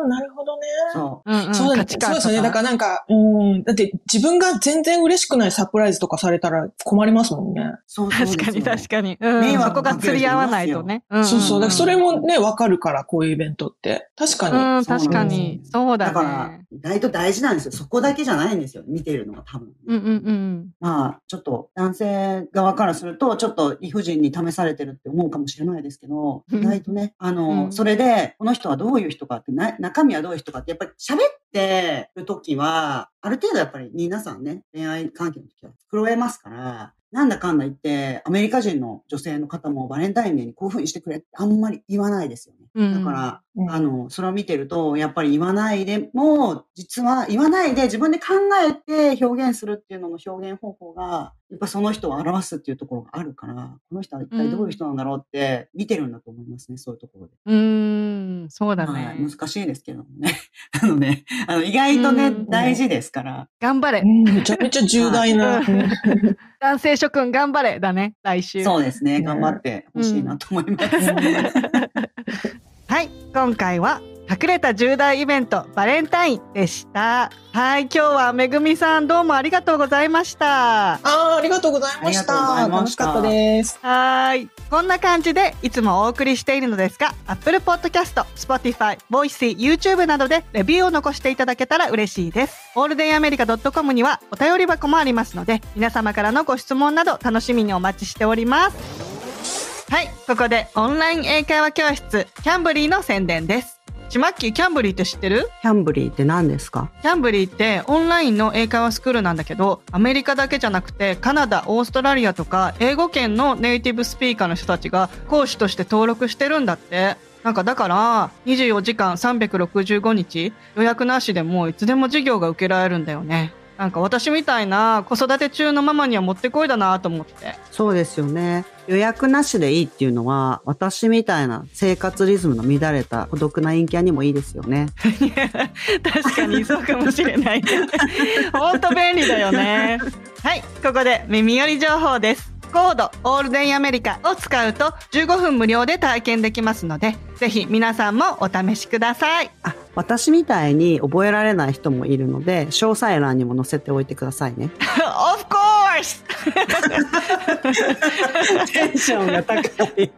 S3: あ、なるほどね。
S2: そう。
S1: うんうん、
S3: そうだね
S1: 価値観と
S3: そうですよね。だからなんか、うん。だって自分が全然嬉しくないサプライズとかされたら困りますもんね。
S2: そうそう
S1: 確かに確
S2: か
S1: かに。うん。
S2: 迷
S1: そ
S2: 惑
S1: こが
S2: かけ
S1: 釣
S2: る人います
S1: り
S2: よ
S1: 合わないとね。
S3: そうそう。だからそれ
S1: も。
S3: もね、わかるから、こういうイベントって。確かに。
S1: うん、
S2: そうなんです
S1: 確かに。そうだ
S2: だ
S1: ね。
S2: から、意外と大事なんですよ。そこだけじゃないんですよ。見てるのが多分。
S1: うんうんうん。
S2: まあ、ちょっと男性側からすると、ちょっと理不尽に試されてるって思うかもしれないですけど、
S1: うん
S2: 意外とね、あの、
S1: うん
S2: そそれで、この人はどういう人かって、な、中身はどういう人かって、やっぱり喋ってる時は、ある程度やっぱり皆さんね、恋愛関係の時は狂えますから、なんだかんだ言って、アメリカ人の女性の方もバレンタインデーにこういうふうにしてくれってあんまり言わないですよね。
S1: うん
S2: だから、
S3: うん
S2: あの、それを見てると、やっぱり言わないでも、実は言わないで自分で考えて表現するっていうのの表現方法が、やっぱその人を表すっていうところがあるから、この人は一体どういう人なんだろうって見てるんだと思いますね、そういうところで。
S1: うーん、そうだ
S2: はい、
S1: ね。
S2: 難しいですけどもね。 なので、あの、意外とね、
S1: うん
S2: 大事ですから。
S1: 頑張れ
S3: う。んめちゃめちゃ重大
S1: は
S3: な。
S1: い
S3: うん
S1: 男性諸君頑張れだね、来週。
S2: そうですね、
S3: ね
S2: 頑張ってほしいなと思います。
S1: はい、今回は隠れた重大イベントバレンタインでした。はい、今日はめぐみさんどうもありがとうございました。
S3: あーありがとうございまし
S2: あ
S3: た。
S2: りがとうございま
S3: 楽
S2: し
S3: したかったです。
S1: はい。こんな感じでいつもお送りしているのですが、Apple Podcast、Spotify、Voicy、YouTube などでレビューを残していただけたら嬉しいです。オールデンアメリカ .com にはお便り箱もありますので、皆様からのご質問など楽しみにお待ちしております。はい。ここでオンライン英会話教室、キャンブリーの宣伝です。ちまっきー、キャンブリーって知ってる
S2: キャンブリーって何ですか
S1: キャンブリーってオンラインの英会話スクールなんだけどアメリカだけじゃなくてカナダオーストラリアとか英語圏のネイティブスピーカーの人たちが講師として登録してるんだってなんかだから24時間365日予約なしでもいつでも授業が受けられるんだよねなんか私みたいな子育て中のママにはもってこいだなと思って
S2: そうですよね。予約なしでいいっていうのは、私みたいな生活リズムの乱れた孤独な陰キャにもいいですよね。
S1: 確かにそうかもしれない本当便利だよねはいここで耳寄り情報ですコードオールデンアメリカを使うと15分無料で体験できますのでぜひ皆さんもお試しください
S2: あ、私みたいに覚えられない人もいるので、詳細欄にも載せておいてくださいね。
S1: of course
S2: テンションが高い。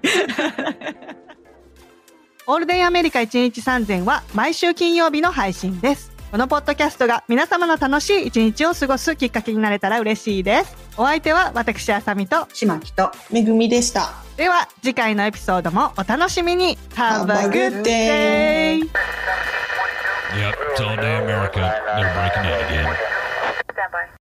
S1: オールデンアメリカ1日3000は毎週金曜日の配信ですこのポッドキャストが皆様の楽しい一日を過ごすきっかけになれたら嬉しいですお相手は私あさみと
S2: しまきと。
S3: めぐみでした。
S1: では次回のエピソードもお楽しみに Have a good day!
S4: Yep, it's all day America. They're breaking in again.